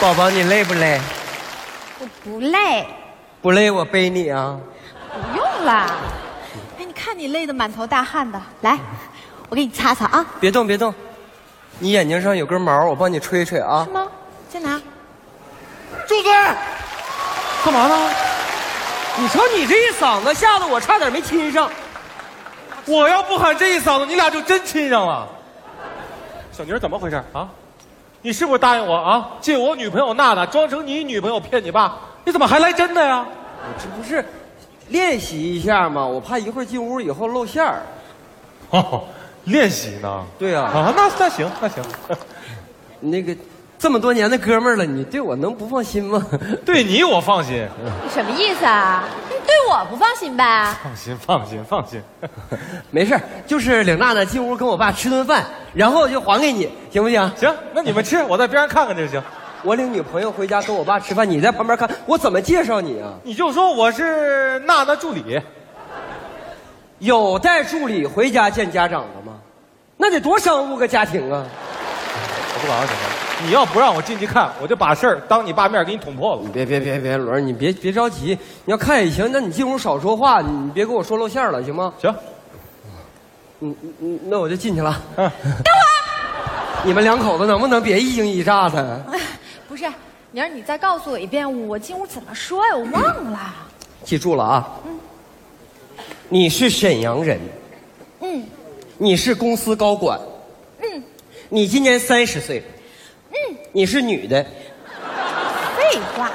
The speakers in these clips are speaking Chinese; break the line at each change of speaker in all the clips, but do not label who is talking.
宝宝，你累不累？
我不累，
不累，我背你啊。
不用了。哎，你看你累得满头大汗的，来，我给你擦擦啊。
别动，别动。你眼睛上有根毛，我帮你吹吹啊
是。吗？先拿。
住嘴！干嘛呢？你瞧你这一嗓子，吓得我差点没亲上。
我要不喊这一嗓子，你俩就真亲上了。小妮儿怎么回事啊？你是不是答应我啊，借我女朋友娜娜装成你女朋友骗你爸？你怎么还来真的呀？
这不是练习一下吗？我怕一会儿进屋以后露馅儿。
哦，练习呢？
对呀、
啊，那那行那行，
你那个这么多年的哥们儿了，你对我能不放心吗？
对你我放心，
你什么意思啊？你对我不放心呗？
放心放心放 心。
没事儿，就是领娜娜进屋跟我爸吃顿饭，然后就还给你，行不行？
行，那你们吃，我在边上看看就行。
我领女朋友回家跟我爸吃饭，你在旁边看，我怎么介绍你啊？
你就说我是娜娜助理，
有带助理回家见家长的吗？那得多商务个家庭啊！
我不管了，小妮。你要不让我进去看，我就把事儿当你爸面给你捅破了。
你别别别别，伦儿，你别别着急，你要看也行，那你进屋少说话，你别跟我说露馅儿了，行吗？
行，
嗯嗯，那我就进去了。
嗯，
你们两口子能不能别一惊一乍的？
不是，明儿你再告诉我一遍，我进屋怎么说呀？我忘了。
记住了啊，你是沈阳人，
嗯
你是公司高管，
嗯，
你今年三十岁，
嗯，
你是女的，
废话，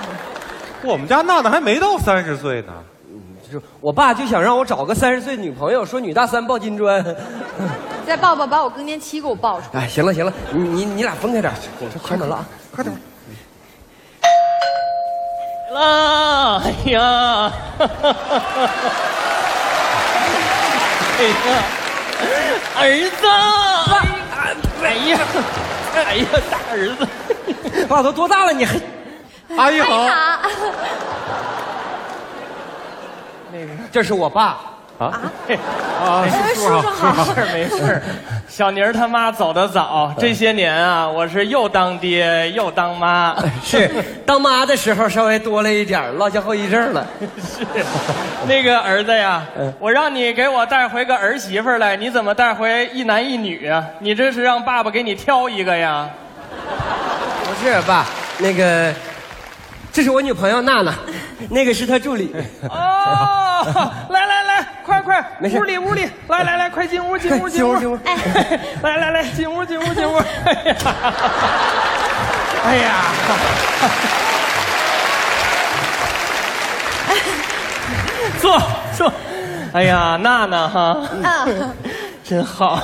我们家娜娜还没到三十岁呢。
就是我爸就想让我找个三十岁女朋友，说女大三抱金砖。
再抱抱，把我更年期给我抱出来。
哎，行了行了，你你你俩分开点儿，这开门了啊，快点。
啦！哎呀，哎呀，儿子！哎呀， 哎呀，大儿子！
爸都多大了，你还哎
阿姨好，
啊，
这是我爸。
啊，叔叔好，
哎
没
啊
事儿没事儿，小宁儿他妈走得早，这些年啊，我是又当爹又当妈，
是当妈的时候稍微多了一点儿落下后遗症了。
是那个儿子呀，我让你给我带回个儿媳妇儿来，你怎么带回一男一女啊？你这是让爸爸给你挑一个呀？
不是爸，那个，这是我女朋友娜娜，那个是她助理。
哦，来来来，快快
没，事
屋里屋里，来来来，快进屋 进屋
进屋进
屋
屋，
来来来，进屋进屋 进屋。哎呀，哎 呀，坐坐。哎呀，娜娜哈，
嗯，
真 好，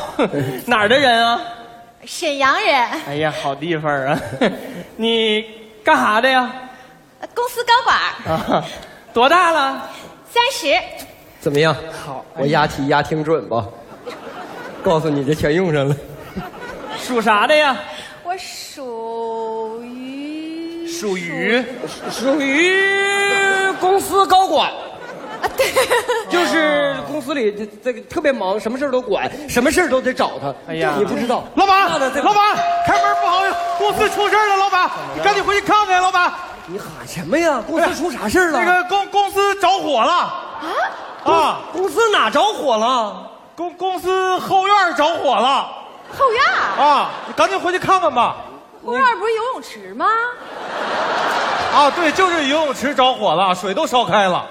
哪儿的人啊？
沈阳人，
哎呀，好地方啊！ 你干啥的呀？
呃公司高管，
啊，多大了？
三十。
怎么样？好，哎我押题押挺准吧？告诉你，这全用上了。
属啥的呀？
我属于
属鱼。
属于公司高管，
啊，对，
就是公司里这这个特别忙，什么事儿都管，什么事儿都得找他。
哎呀
你不知道，
老板
娜娜在，
老板，开门不好，公司出事儿了，老板，你赶紧回去看看，老板，
你喊什么呀？公司出啥事儿了？
那个公公司着火了，啊啊，
公司哪着火了？
公公司后院着火了，
后院儿，
啊，你赶紧回去看看吧，
后院儿不是游泳池吗？
啊，对，就是游泳池着火了，水都烧开了，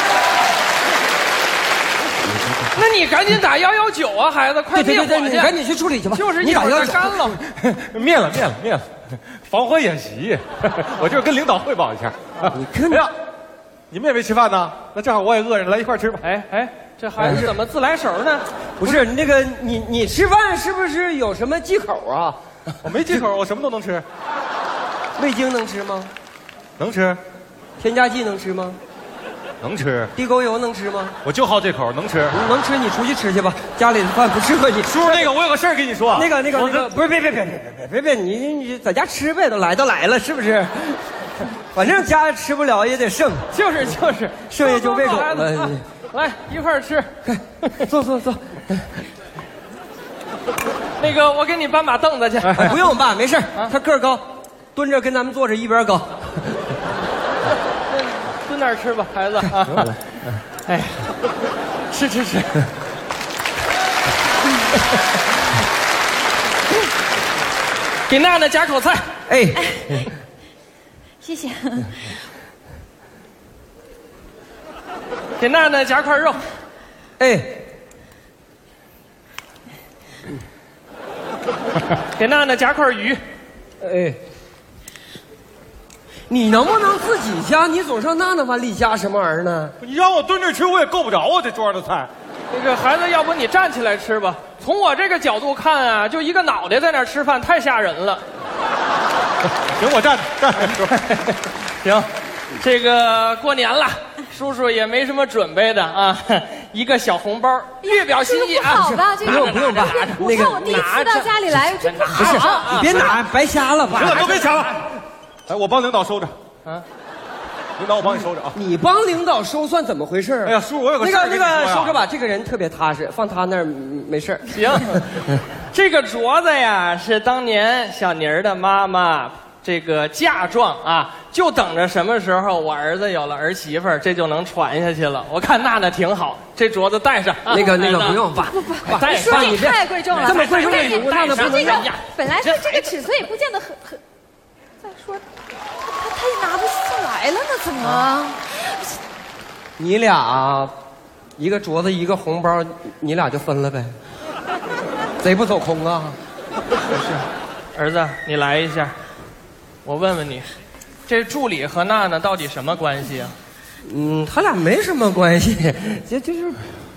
那你赶紧打幺幺九啊，孩子，快
对
灭
对
火
对，你赶
去！
紧去处理去吧。
就是
你
一会
打
儿
幺
就
九。
干了。
灭了灭了灭了，防火演习， 我就是跟领导汇报一下，
啊你看
哎呀，你们也没吃饭呢，那正好我也饿着，来一块儿吃吧，
哎哎，这孩子怎么自来熟呢？
不是那个你你吃饭是不是有什么忌口啊？
我没忌口，我什么都能吃，
味精能吃吗？
能吃
添加剂能吃吗？
能吃，
地沟油能吃吗？
我就好这口，能吃。
能吃你出去吃去吧，家里的饭不适合你。
叔叔，那个我有个事儿跟你说，
那个那个
我
那个，不是别别别别别别别，你你在家吃呗，都来都来了，是不是？反正家吃不了也得剩，
就是就是，
剩下就喂狗
孩子
了哎
啊。来一块儿吃。
坐坐坐，
那个，我给你搬把凳子去。
不用爸，没事儿他个儿高，蹲着跟咱们坐着一边高。
蹲那儿吃吧，孩子啊。哎， 吃吃 吃。给娜娜夹口菜，
哎，
谢谢。
给娜娜夹块肉。
哎，
给娜娜夹块鱼，
哎，你能不能自己夹？你总上娜娜碗里夹什么玩意儿呢？
你让我蹲着吃，我也够不着啊，这桌上的菜。
那个孩子，要不你站起来吃吧？从我这个角度看啊，就一个脑袋在那儿吃饭，太吓人了。
行，我站着站 着。
行，这个过年了，叔叔也没什么准备的啊， 一个小红包，略表心意啊。
好 吧，这个
不用不用爸，
我
那个
看我第一次到家里来，真不
不是，
好啊。
你别拿，白瞎了
行了，
爸。
啊都别抢了。 哎，我帮领导收着。
啊
啊，领导，我帮你收着啊。
你帮领导收算怎么回事？
哎呀，，叔，我有个
那
事儿
个那
跟你说
个
呀
收着。吧，这个人特别踏实，放他那儿嗯没事儿。
行，这个镯子呀是当年小妮儿的妈妈这个嫁妆啊，就等着什么时候我儿子有了儿媳妇儿，这就能传下去了。我看娜娜挺好，这镯子 戴上。啊
那个那个
哎娜
不用爸，爸
戴
说
上。
你别
这太贵重了，
这么贵重的礼物，娜娜不
说
能
这
要。
个本来说这个尺寸也不见得很很。再说，他他也拿不下来了呢，怎么？
你俩啊一个镯子一个红包，你俩就分了呗，贼不走空啊！
儿子，你来一下，我问问你，这助理和娜娜到底什么关系啊？
嗯，他俩没什么关系， 这这就是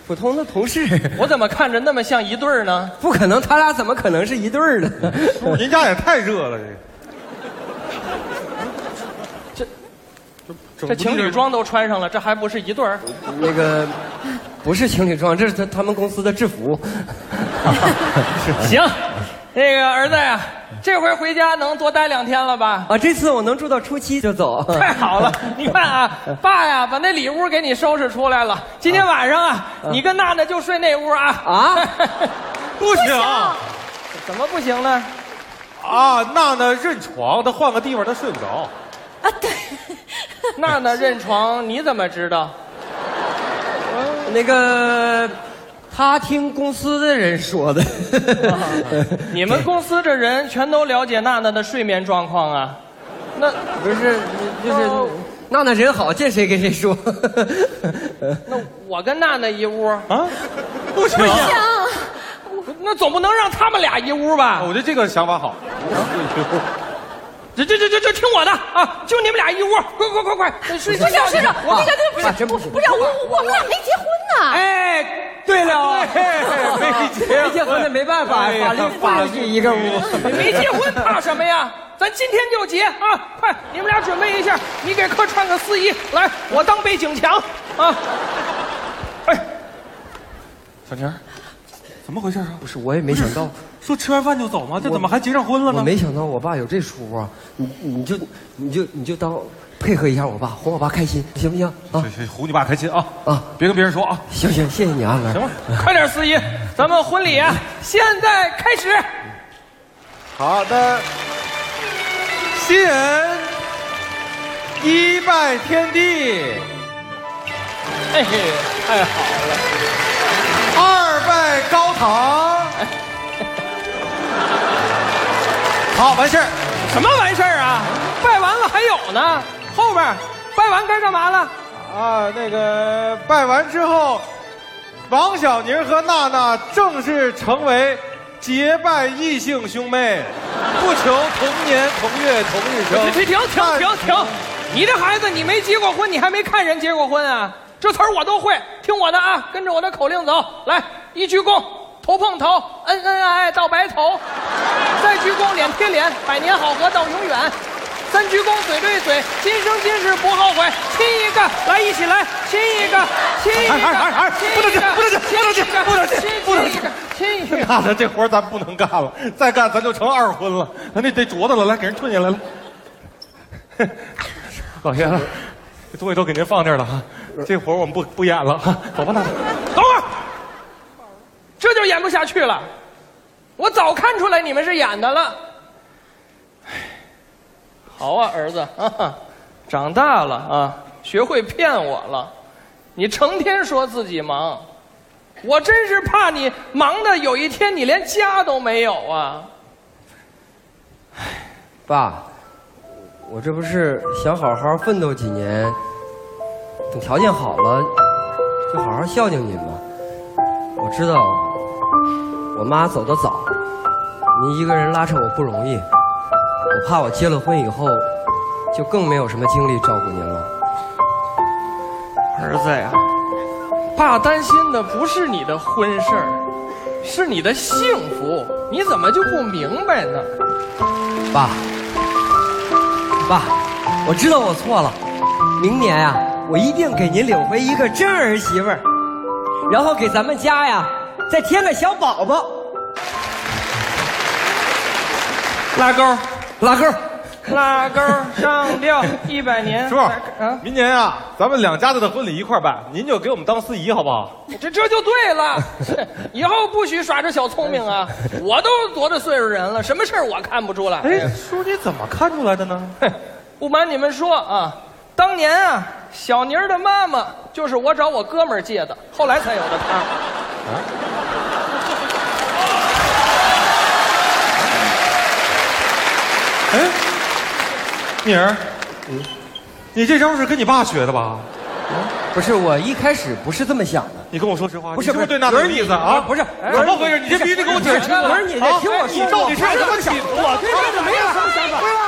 普通的同事，
我怎么看着那么像一对儿呢？
不可能，他俩怎么可能是一对儿呢？
叔，您家也太热了，这个。这
这情侣，装都穿上了，这还不是一对儿？
那个不是情侣装，这是他他们公司的制服。
行，那个儿子呀，这回回家能多待两天了吧？
啊，这次我能住到初七就 走。
太好了，你看啊，爸呀，把那里屋给你收拾出来了。今天晚上啊，你跟娜娜就睡那屋啊。
啊，
不行
怎么不行呢？
啊！娜娜认床，她换个地方她睡不着。
啊，对，
娜娜认床，你怎么知道？
那个他听公司的人说 的。
你们公司这人全都了解娜娜的睡眠状况啊。那
不是，就是
哦
娜娜人好，见谁跟谁说。
那我跟娜娜一屋，
啊，不行！
行。
那总不能让他们俩一屋吧？
我觉得这个想法好。
这这这这这听我的啊！就你们俩一屋，快快快快，睡
不
睡
是
觉
不
去
是，我那个那个不
啊
是，
真
不
不
是
行
不是我我我们俩没结婚呢。
哎，对了，
没啊结
没结婚的没办法，
哎哎呀
法律法律一个屋。
哎没结婚怕什么呀？咱今天就结啊！快，你们俩准备一下，你给客穿个四一，来，我当背景墙啊！哎，
小宁，怎么回事啊？
不是，我也没想到，
说吃完饭就走吗？这怎么还结上婚了
我
呢？
没想到我爸有这出啊！你你就你就你就当配合一下我爸，哄我爸开心，行不行啊？
行，哄你爸开心啊
啊！
别跟别人说啊。
行行，谢谢你啊，
行
文
吧。
快点，四一，咱们婚礼啊，现在开始。
好的，新人一拜天地，
哎，太好了，
二拜高堂。好，完事儿。
什么完事儿啊？拜完了还有呢，后边儿拜完该干嘛了？
啊，那个拜完之后，王小宁和娜娜正式成为结拜异性兄妹，不求同年同月同日生。
停停停停停！
哎
你这孩子，你没结过婚，你还没看人结过婚啊？这词儿我都会，听我的啊，跟着我的口令走。来，一鞠躬，头碰头，恩恩爱爱到白头；再鞠躬，脸贴脸，百年好合到永远；三鞠躬，嘴对嘴，今生今世不后悔。亲一个，来一起来，亲一个，亲一个，
哎哎哎哎
亲一
不能
个
这不能这不能这不能这不
亲一个
能这
亲一个，亲一个。
娜娜，这活儿咱不能干了，再干咱就成二婚了。咱那得镯子了，来给人吞下来了。老爷子，这东西都给您放这儿了哈，这活儿我们不不演
啊
了哈，走吧，娜娜。
等会儿，这就演不下去了。我早看出来你们是演的了。好啊，儿子啊，长大了啊，学会骗我了。你成天说自己忙，我真是怕你忙的有一天你连家都没有啊。
爸，我这不是想好好奋斗几年，等条件好了，就好好孝敬您嘛。我知道我妈走得早，您一个人拉扯我不容易，我怕我结了婚以后，就更没有什么精力照顾您了。
儿子呀，爸担心的不是你的婚事儿，是你的幸福。你怎么就不明白呢？
爸，爸，我知道我错了，明年呀、我一定给您领回一个真儿媳妇儿，然后给咱们家呀再添个小宝宝。
拉钩，
拉钩。
拉钩，上吊一百年。
叔，
啊，
明年啊，咱们两家子的婚礼一块儿办，您就给我们当司仪好不好？
这这就对了，以后不许耍这小聪明啊！我都多大岁数人了，什么事儿我看不出来。
哎，叔你怎么看出来的呢？
不瞒你们说啊，当年啊，小妮儿的妈妈就是我找我哥们儿借的，后来才有的她。
哎，妮儿，你这招是跟你爸学的吧？
不是，我一开始不是这么想的。
你跟我说实话，
不是
啊你是不是对那
不是
有意思啊？
不是不是
怎么回事？你这必须得给我解释
不是你得听我说
你到底是
我
什么想？
我对这个没有什么想法，